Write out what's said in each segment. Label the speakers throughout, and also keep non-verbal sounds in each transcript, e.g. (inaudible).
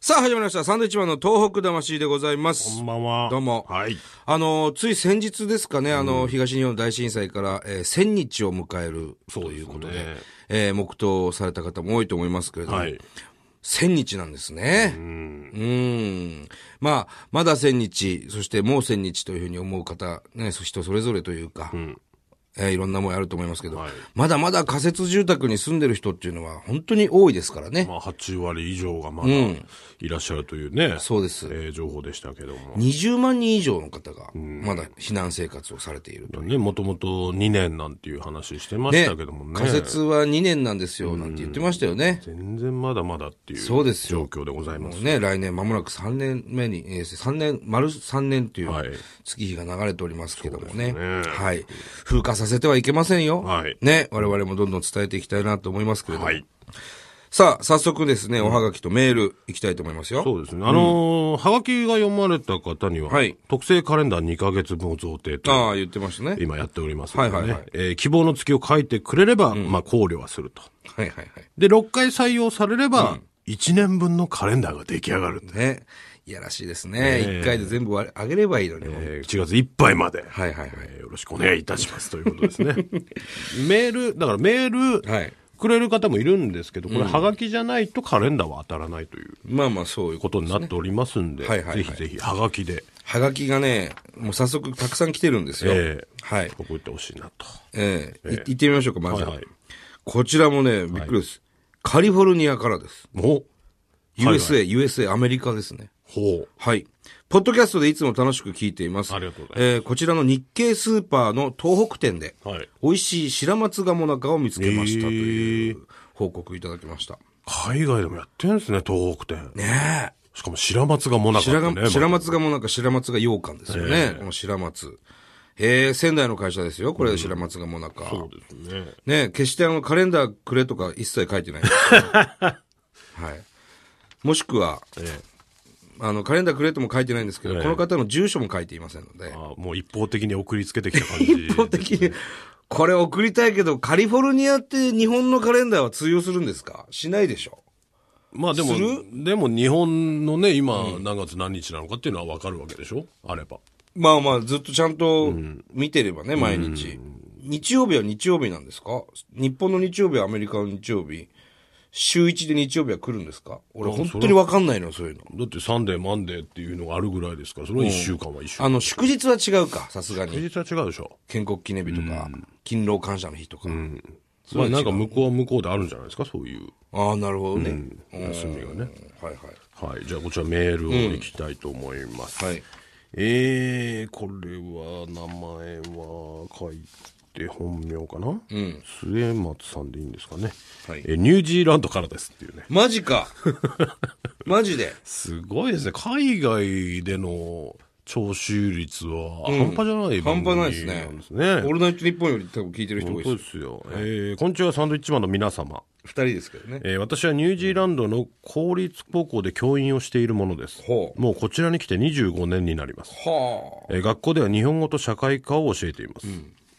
Speaker 1: さあ始まりました。サンドイッチマンの東北魂でございま
Speaker 2: こ
Speaker 1: す
Speaker 2: ん。ばんは。
Speaker 1: どうも
Speaker 2: はい。
Speaker 1: あの、つい先日ですかね、あの、東日本大震災から、えー1000日を迎えるということで、
Speaker 2: そうですね
Speaker 1: えー黙祷された方も多いと思いますけれども、
Speaker 2: はい。
Speaker 1: 1000日なんですね。うん。まあ、まだ1000日、そしてもう1000日というふうに思う方、ね、人それぞれというか、えーいろんな思いあると思いますけど、
Speaker 2: はい
Speaker 1: まだまだ仮設住宅に住んでる人っていうのは本当に多いですからね。
Speaker 2: まあ、8割以上がまだいらっしゃるというね、
Speaker 1: そうです。
Speaker 2: えー情報でしたけども。
Speaker 1: 20万人以上の方が、まだ避難生活をされていると。
Speaker 2: ね、もともと2年なんていう話してましたけどもね。
Speaker 1: 仮説は2年なんですよ、なんて言ってましたよね。
Speaker 2: 全然まだまだっていう
Speaker 1: そうです
Speaker 2: 状
Speaker 1: よ
Speaker 2: 況でございま
Speaker 1: も
Speaker 2: す
Speaker 1: う。ね、来年まもなく3年目に、えー、3年、丸3年とい
Speaker 2: はいう
Speaker 1: 月日が流れておりますけどもね。
Speaker 2: そうですね
Speaker 1: はい。風化させてはいけませんよ。
Speaker 2: はい
Speaker 1: ね、我々もどんどん伝えていきたいなと思いますけれども。
Speaker 2: はい。
Speaker 1: さあ、早速ですね、おはがきとメールいきたいと思いますよ。
Speaker 2: そうですね。あのー、はがきが読まれた方には、
Speaker 1: はい
Speaker 2: 特製カレンダー2ヶ月分を贈呈という
Speaker 1: ああ、言ってましたね。
Speaker 2: 今やっておりますのでね、
Speaker 1: はいはいはい
Speaker 2: えー希望の月を書いてくれれば、まあ考慮はすると。
Speaker 1: はいはいはい。
Speaker 2: で、6回採用されれば、1年分のカレンダーが出来上がるんで、
Speaker 1: ね。いやらしいですね。一、回で全部割れあげればいいのに、
Speaker 2: えー1月いっぱいまで、
Speaker 1: はいはいはい。
Speaker 2: えーよろしくお願いいたしますということですね。 (laughs) メール、だからメール、
Speaker 1: はい
Speaker 2: くれる方もいるんですけど、これ、はがきじゃないとカレンダーは当たらないという
Speaker 1: まあまあそういう
Speaker 2: こ
Speaker 1: こと。
Speaker 2: とになっておりますんで、
Speaker 1: はいはいはい
Speaker 2: ぜひぜひ、はがきで、
Speaker 1: はがきがね、もう早速たくさん来てるんですよ。
Speaker 2: えー
Speaker 1: はい。
Speaker 2: 覚えてほしいなと。
Speaker 1: ええい行ってみましょうか、まずは。
Speaker 2: はいはい
Speaker 1: こちらもね、びっくりです。カリフォルニアからです。
Speaker 2: お
Speaker 1: USA、USA、アメリカですね。
Speaker 2: ほう。
Speaker 1: はい。ポッドキャストでいつも楽しく聞いています。
Speaker 2: ありがとうございます
Speaker 1: えーこちらの日系スーパーの東北店で、
Speaker 2: はい
Speaker 1: 美味しい白松鴨中を見つけましたとい
Speaker 2: へ
Speaker 1: う報告いただきました。
Speaker 2: 海外でもやってんですね、東北店。
Speaker 1: ねえ。
Speaker 2: しかも白松がもなかった
Speaker 1: 白
Speaker 2: ね。
Speaker 1: が白松がもうなんか白松が羊羹ですよね。この白松。えー、仙台の会社ですよ。これ白松がもなか。
Speaker 2: そうですね。
Speaker 1: ね決してあのカレンダーくれとか一切書いてないです
Speaker 2: (laughs)
Speaker 1: ね、はい。もしくは、
Speaker 2: ええ
Speaker 1: あの、カレンダーくれとも書いてないんですけど、
Speaker 2: ええ
Speaker 1: この方の住所も書いていませんので、
Speaker 2: あもう一方的に送りつけてきた感じ。 (laughs)
Speaker 1: 一方的に、これ送りたいけど、カリフォルニアって日本のカレンダーは通用するんですかしないでしょ
Speaker 2: まあですも、でも日本のね、今何月何日なのかっていうのはわかるわけでしょあれば。
Speaker 1: まあまあ、ずっとちゃんと見てればね、毎日。日曜日は日曜日なんですか日本の日曜日はアメリカの日曜日。週一で日曜日は来るんですか俺本当にわかんないのよ、そういうの。
Speaker 2: だってサンデー、マンデーっていうのがあるぐらいですから、その一週間は一週間。
Speaker 1: あの、祝日は違うか、さすがに。
Speaker 2: 平日は違うでしょ。
Speaker 1: 建国記念日とか、勤労感謝の日とか。
Speaker 2: まあなんか向こうは向こうであるんじゃないですか、そういう
Speaker 1: ああ、なるほどね。うん
Speaker 2: 休みがね。
Speaker 1: はいはい。
Speaker 2: はい。じゃあこちらメールをいきたいと思います。
Speaker 1: はい。
Speaker 2: えー、これは名前は書いて本名かな、末松さんでいいんですかね、
Speaker 1: はい
Speaker 2: えーニュージーランドからですっていうね。
Speaker 1: マジ
Speaker 2: (laughs)
Speaker 1: か。マジで。
Speaker 2: すごいですね。海外での聴取率は半端じゃない
Speaker 1: 半
Speaker 2: 番組
Speaker 1: 端
Speaker 2: な
Speaker 1: ない
Speaker 2: ん
Speaker 1: ですね。
Speaker 2: ですね。
Speaker 1: オールナイト日本より多分聞いてる人多い
Speaker 2: 本
Speaker 1: で
Speaker 2: 当
Speaker 1: す。
Speaker 2: ですよ。えー、こんにちは、サンドイッチマンの皆様。
Speaker 1: 二人ですけどね。
Speaker 2: えー私はニュージーランドの公立高校で教員をしているものです。
Speaker 1: ほう
Speaker 2: もうこちらに来て25年になります。
Speaker 1: は
Speaker 2: えー学校では日本語と社会科を教えています、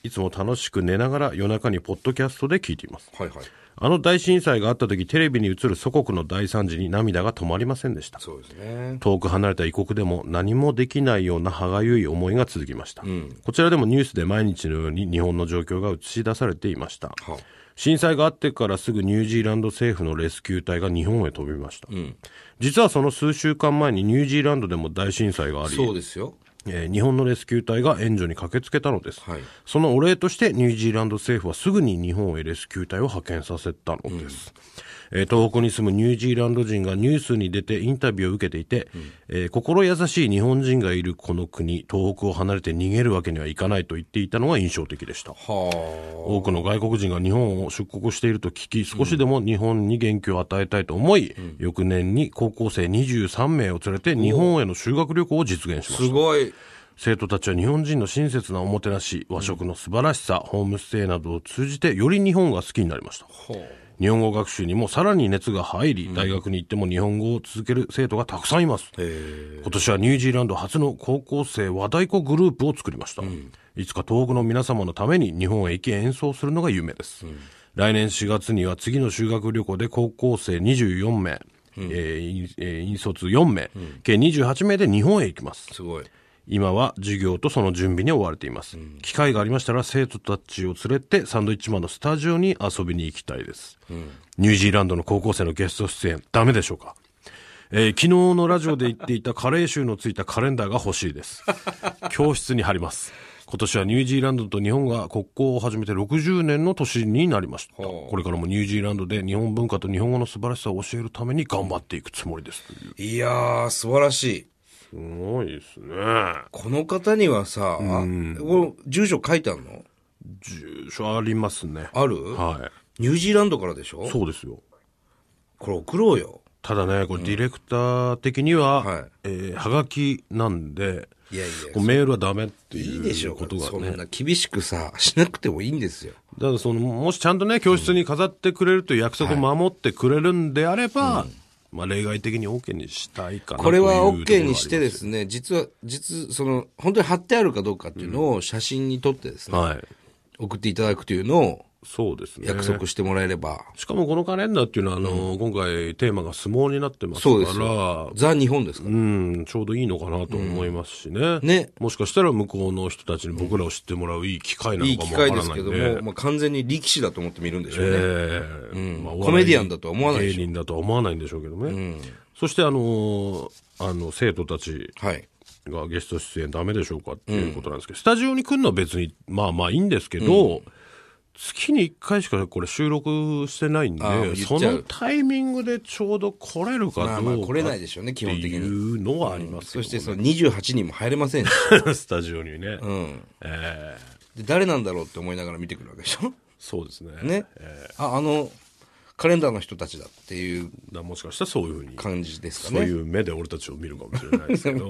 Speaker 2: いつも楽しく寝ながら夜中にポッドキャストで聞いています
Speaker 1: あ。はいはい。
Speaker 2: あの大震災があった時テレビに映る祖国の大惨事に涙が止まりませんでした
Speaker 1: そうですね。
Speaker 2: 遠く離れた異国でも何もできないような歯がゆい思いが続きました、こちらでもニュースで毎日のように日本の状況が映し出されていました
Speaker 1: は
Speaker 2: 震災があってからすぐニュージーランド政府のレスキュー隊が日本へ飛びました、実はその数週間前にニュージーランドでも大震災があり
Speaker 1: そうですよ。
Speaker 2: えー日本のレスキュー隊が援助に駆けつけたのです、
Speaker 1: はい
Speaker 2: そのお礼としてニュージーランド政府はすぐに日本へレスキュー隊を派遣させたのです、えー東北に住むニュージーランド人がニュースに出てインタビューを受けていて、えー心優しい日本人がいるこの国東北を離れて逃げるわけにはいかないと言っていたのが印象的でした
Speaker 1: は
Speaker 2: 多くの外国人が日本を出国していると聞き、少しでも日本に元気を与えたいと思い、翌年に高校生23名を連れて日本への修学旅行を実現しま
Speaker 1: あ。
Speaker 2: した
Speaker 1: すごい。
Speaker 2: 生徒たちは日本人の親切なおもてなし、和食の素晴らしさ、ホームステイなどを通じてより日本が好きになりました。
Speaker 1: は
Speaker 2: 日本語学習にもさらに熱が入り、大学に行っても日本語を続ける生徒がたくさんいます。
Speaker 1: あ。へえ。
Speaker 2: 今年はニュージーランド初の高校生和太鼓グループを作りました、いつか東北の皆様のために日本へ行き演奏するのが夢です、来年4月には次の修学旅行で高校生24名えー引えー引率4名、計28名で日本へ行きます。
Speaker 1: すごい。
Speaker 2: 今は授業とその準備に追われています、機会がありましたら生徒たちを連れてサンドイッチマンのスタジオに遊びに行きたいです、ニュージーランドの高校生のゲスト出演ダメでしょうかえー昨日のラジオで言っていたカレー臭のついたカレンダーが欲しい (laughs) です。教室に貼ります。今年はニュージーランドと日本が国交を始めて60年の年になりました。これからもニュージーランドで日本文化と日本語の素晴らしさを教えるために頑張っていくつもりです。という
Speaker 1: いやー、素晴らしい。
Speaker 2: すごいですね。
Speaker 1: この方にはさ、これ住所書いてあるの
Speaker 2: 住所ありますね。
Speaker 1: ある
Speaker 2: は
Speaker 1: ニュージーランドからでしょ
Speaker 2: い。そうですよ。
Speaker 1: これ送ろうよ。
Speaker 2: ただね、これディレクター的には、
Speaker 1: はい
Speaker 2: えーはがきなんで、
Speaker 1: いやいや
Speaker 2: こうメールはダメってい
Speaker 1: い
Speaker 2: う
Speaker 1: いでしょう、
Speaker 2: ことが
Speaker 1: そ
Speaker 2: ね。
Speaker 1: んな厳しくさ、しなくてもいいんですよ。
Speaker 2: だからその、もしちゃんとね、教室に飾ってくれるという約束を守ってくれるんであれば、まあ例外的に OK にしたいかなと
Speaker 1: こ
Speaker 2: い
Speaker 1: れ
Speaker 2: うところ
Speaker 1: は
Speaker 2: は。
Speaker 1: OK にしてですすね、実は、実、その、本当に貼ってあるかどうかっていうのを写真に撮ってですね、
Speaker 2: はい。
Speaker 1: 送っていただくというのを
Speaker 2: そうですね。
Speaker 1: 約束してもらえれば、
Speaker 2: しかもこのカレンダーっていうのは、あの、今回テーマが相撲になってますか
Speaker 1: そうです
Speaker 2: ら、
Speaker 1: ザ・日本ですから。
Speaker 2: うん、ちょうどいいのかなと思いますしね。
Speaker 1: ね
Speaker 2: もしかしたら向こうの人たちに僕らを知ってもらういい機会ないの
Speaker 1: い
Speaker 2: か
Speaker 1: 機
Speaker 2: もわ
Speaker 1: 会
Speaker 2: か
Speaker 1: で
Speaker 2: ら
Speaker 1: す
Speaker 2: ない
Speaker 1: け
Speaker 2: ん
Speaker 1: ど
Speaker 2: で。
Speaker 1: も、まあ、完全に力士だと思って見るんでしょうね。
Speaker 2: ええまあお笑い
Speaker 1: コメディアンだとは思わないでしょ
Speaker 2: 芸人だとは思わないんでしょうけどね。そしてあのーあの、生徒たち
Speaker 1: はい。
Speaker 2: がゲスト出演ダメでしょうかっていうことなんですけど、スタジオに来るのは別に、まあまあいいんですけど、月に1回しかこれ収録してないんで
Speaker 1: あー言っ、ちゃ
Speaker 2: そうのタイミングでちょうど来れる
Speaker 1: ま
Speaker 2: か
Speaker 1: あ
Speaker 2: ど
Speaker 1: まあ
Speaker 2: う
Speaker 1: 来れ
Speaker 2: か
Speaker 1: な
Speaker 2: っ
Speaker 1: い
Speaker 2: て
Speaker 1: でしょうね基本的に
Speaker 2: いうのはあります
Speaker 1: そ
Speaker 2: よ
Speaker 1: してその28人も入れませんし、
Speaker 2: スタジオにね。
Speaker 1: うん、
Speaker 2: ええ
Speaker 1: で誰なんだろうって思いながら見てくるわけでしょ
Speaker 2: そうです (laughs) ね。
Speaker 1: ね、ああのカレンダーの人たちだっていう
Speaker 2: だもしかしたらそういうふうに、
Speaker 1: 感じですか
Speaker 2: そうい
Speaker 1: ね
Speaker 2: う目で俺たちを見るかもしれないです
Speaker 1: (laughs)
Speaker 2: けど。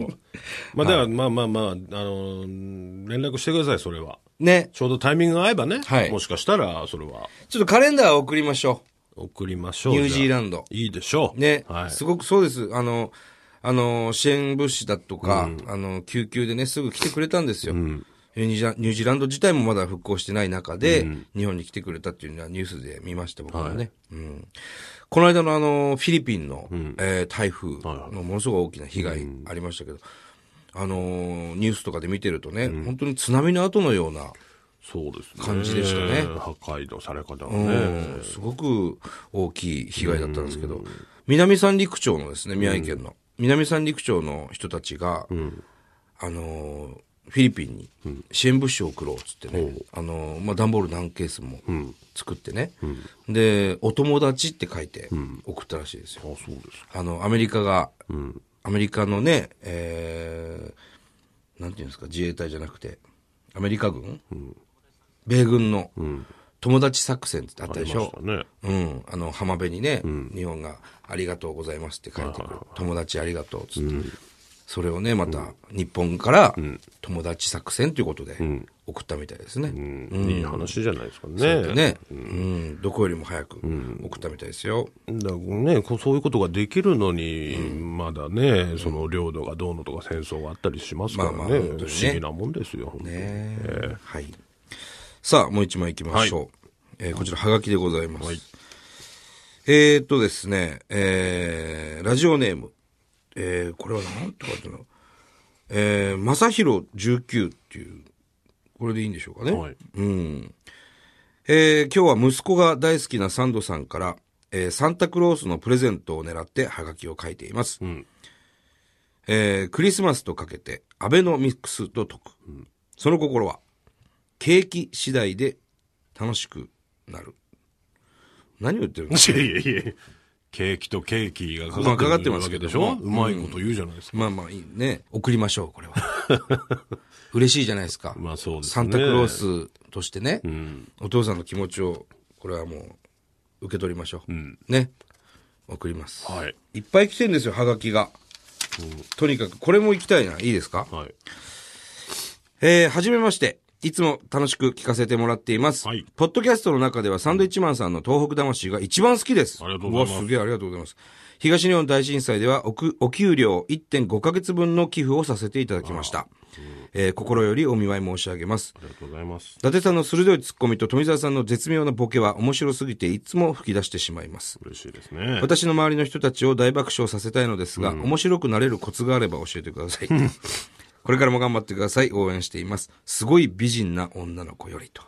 Speaker 2: まあ、だから、まあまあまあ、あのー連絡してください、それは。
Speaker 1: ね
Speaker 2: ちょうどタイミングが合えばね、
Speaker 1: はい
Speaker 2: もしかしたら、それは
Speaker 1: ちょっとカレンダーを送りましょ
Speaker 2: 送りまし
Speaker 1: う
Speaker 2: ょう。
Speaker 1: ニュージー
Speaker 2: ン
Speaker 1: ランド
Speaker 2: いいでしょう。
Speaker 1: ね、
Speaker 2: はい。
Speaker 1: すごくそうですあのあの支援物資だとか、あの救急でねすぐ来てくれたんですよ、ニュージーラニュージーランド自体もまだ復興してない中で、日本に来てくれたっていうのはニュースで見ました、僕もね。うん、この間のあの、フィリピンの、えー台風のものすごい大きな被害ありましたけど、あのーニュースとかで見てるとね、本当に津波の後のような、
Speaker 2: そうですね。
Speaker 1: 感じでしたね
Speaker 2: 破壊のされ方が
Speaker 1: う
Speaker 2: ね。
Speaker 1: んすごく大きい被害だったんですけど、南三陸町のですね、宮城県の、南三陸町の人たちが、あのーフィリピンに支援物資を送ろうっつってね、あのーまあ、段ボール何ケースも作ってね、で、お友達って書いて送ったらしいですよ。
Speaker 2: あ、そうです。
Speaker 1: あの、アメリカが、アメリカのね、えー、なんていうんですか、自衛隊じゃなくて、アメリカ軍、米軍の、友達作戦ってあったでし
Speaker 2: まし
Speaker 1: ょ
Speaker 2: たね。
Speaker 1: うん、あの浜辺にね、日本がありがとうございますって書いてくる、友達ありがとうっつって、それをね、また日本から友達作戦ということで送ったみたいですね。
Speaker 2: うんいい話じゃないですかね。
Speaker 1: ね、うん、どこよりも早く送ったみたいですよ。
Speaker 2: だからね、こうそういうことができるのに、まだね、その領土がどうのとか戦争があったりしますからね、
Speaker 1: まあまあ本当に
Speaker 2: 不
Speaker 1: ね
Speaker 2: 思議なもんですよ、本当に
Speaker 1: ねはい。さあ、もう一枚行きましょう。えーこちら、はがきでございます。えーっとですね、えー、ラジオネーム。えー、これはなんて書いてあるのえー、まさひろ19っていう、これでいいんでしょうかね。
Speaker 2: はい
Speaker 1: うん。えー今日は息子が大好きなサンドさんから、えーサンタクロースのプレゼントを狙ってハガキを書いています。えークリスマスとかけて、アベノミクスと解く。その心は、景気次第で楽しくなる。何を言ってるの
Speaker 2: いやいやいや、ケーキとケーキがか
Speaker 1: ま
Speaker 2: か
Speaker 1: あ
Speaker 2: って
Speaker 1: か
Speaker 2: る
Speaker 1: かってます
Speaker 2: わ
Speaker 1: け
Speaker 2: け
Speaker 1: ど
Speaker 2: で
Speaker 1: も
Speaker 2: しょ、うまいこと言うじゃないですか。
Speaker 1: まあまあいいね。送りましょう、
Speaker 2: (laughs)
Speaker 1: これは。嬉しいじゃないですか。
Speaker 2: まあそうですね
Speaker 1: サンタクロースとしてね、お父さんの気持ちを、これはもう、受け取りましょう。ね。送ります。
Speaker 2: はい。
Speaker 1: いっぱい来てるんですよ、はがきが。とにかく、これも行きたいな。いいですか
Speaker 2: はい。
Speaker 1: えー、はじめまして。いつも楽しく聞かせてもらっています。
Speaker 2: はい
Speaker 1: ポッドキャストの中ではサンドイッチマンさんの東北魂が一番好きです。
Speaker 2: ありがとうございます
Speaker 1: わすげえありがとうございます。東日本大震災ではおくお給料1.5ヶ月分の寄付をさせていただきました。ええー心よりお見舞い申し上げます。
Speaker 2: ありがとうございます
Speaker 1: 伊。達さんの鋭いツッコミと富澤さんの絶妙なボケは面白すぎていつも吹き出してしまいます。
Speaker 2: 嬉しいですね。
Speaker 1: 私の周りの人たちを大爆笑させたいのですが、面白くなれるコツがあれば教えてくださ
Speaker 2: (laughs)
Speaker 1: い。これからも頑張ってください。応援しています。すごい美人な女の子よりと。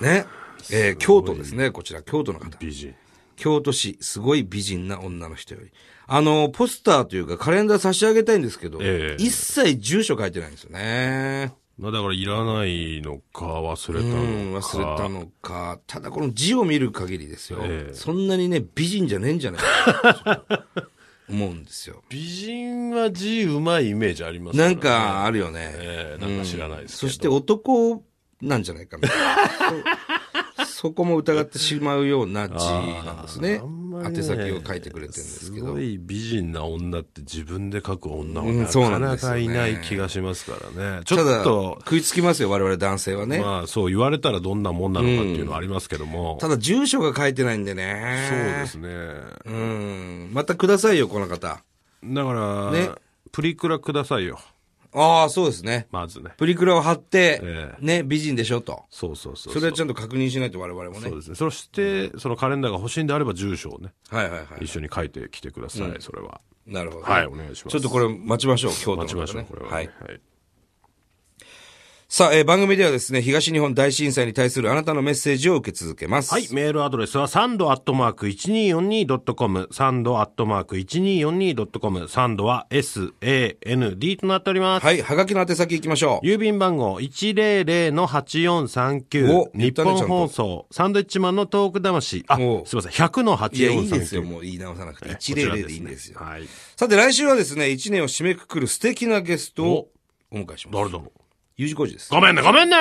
Speaker 1: ね。えー京都ですね。こちら、京都の方。
Speaker 2: 美人。
Speaker 1: 京都市、すごい美人な女の人より。あの、ポスターというかカレンダー差し上げたいんですけど、
Speaker 2: ええ
Speaker 1: 一切住所書いてないんですよね。
Speaker 2: まあだからいらないのか忘れた
Speaker 1: うん、
Speaker 2: のか。
Speaker 1: 忘れたのか。ただこの字を見る限りですよ。
Speaker 2: ええ
Speaker 1: そんなにね、美人じゃねえんじゃないかな (laughs) 思うんですよ。
Speaker 2: 美人は字うまいイメージあります
Speaker 1: なん、かあるよね。
Speaker 2: ええなんか知らないですけ
Speaker 1: そ
Speaker 2: ど。
Speaker 1: して男なんじゃないかみたいな。 (laughs) そそこも疑ってしまうような字なんですね。
Speaker 2: あんまりね
Speaker 1: 宛先を書いてくれてるんですけ
Speaker 2: す
Speaker 1: ど
Speaker 2: ご。い美人な女って自分で書く女は
Speaker 1: うん
Speaker 2: な
Speaker 1: そう
Speaker 2: か
Speaker 1: なん
Speaker 2: な
Speaker 1: ですよ
Speaker 2: か
Speaker 1: ね
Speaker 2: いない気がしますからね。ち
Speaker 1: た
Speaker 2: ょ
Speaker 1: だ
Speaker 2: っ、と、
Speaker 1: 食いつきますよ、我々男性はね。
Speaker 2: まあそう言われたらどんなもんなのかっていうのはありますけども。
Speaker 1: ただ、住所が書いてないんでね。
Speaker 2: そうですね。
Speaker 1: うん。またくださいよ、この方。
Speaker 2: だから、
Speaker 1: ね
Speaker 2: プリクラくださいよ。
Speaker 1: ああ、そうですね。
Speaker 2: まずね。
Speaker 1: プリクラを貼って、
Speaker 2: え
Speaker 1: ね、美人でしょと。
Speaker 2: そうそうそう
Speaker 1: それはちゃんと確認しないと我々もね
Speaker 2: そう。ですね。そして、そのカレンダーが欲しいんであれば住所をね、
Speaker 1: はいはいは
Speaker 2: 一緒に書いてきてください、それは。
Speaker 1: い。なるほど。
Speaker 2: はい、お願いしま
Speaker 1: ち
Speaker 2: す。
Speaker 1: ょっとこれ待ちましょう、京都の方ね、
Speaker 2: 待ちましょう、これは、ね。
Speaker 1: はい。さあ、えー番組ではですね、東日本大震災に対するあなたのメッセージを受け続けます。
Speaker 2: はい、メールアドレスはサンドアットマーク 1242.com、サンドアットマーク 1242.com、サンドは SAND となっております。
Speaker 1: はい、はがきの宛先行きましょう。
Speaker 2: 郵便番号100-8439
Speaker 1: お、言っ
Speaker 2: 日
Speaker 1: たね
Speaker 2: 本放送、サンドイッチマンのトーク魂。あ、す
Speaker 1: お
Speaker 2: みません、100-8439。
Speaker 1: いや、いいですよ。もう言い直さなくて。
Speaker 2: こちらね。
Speaker 1: 100でいいんですよ。
Speaker 2: はい。
Speaker 1: さて、来週はですね、1年を締めくくる素敵なゲストをお迎えします。
Speaker 2: 誰だろう。
Speaker 1: U 字工事です。
Speaker 2: ごめんね、ごめんね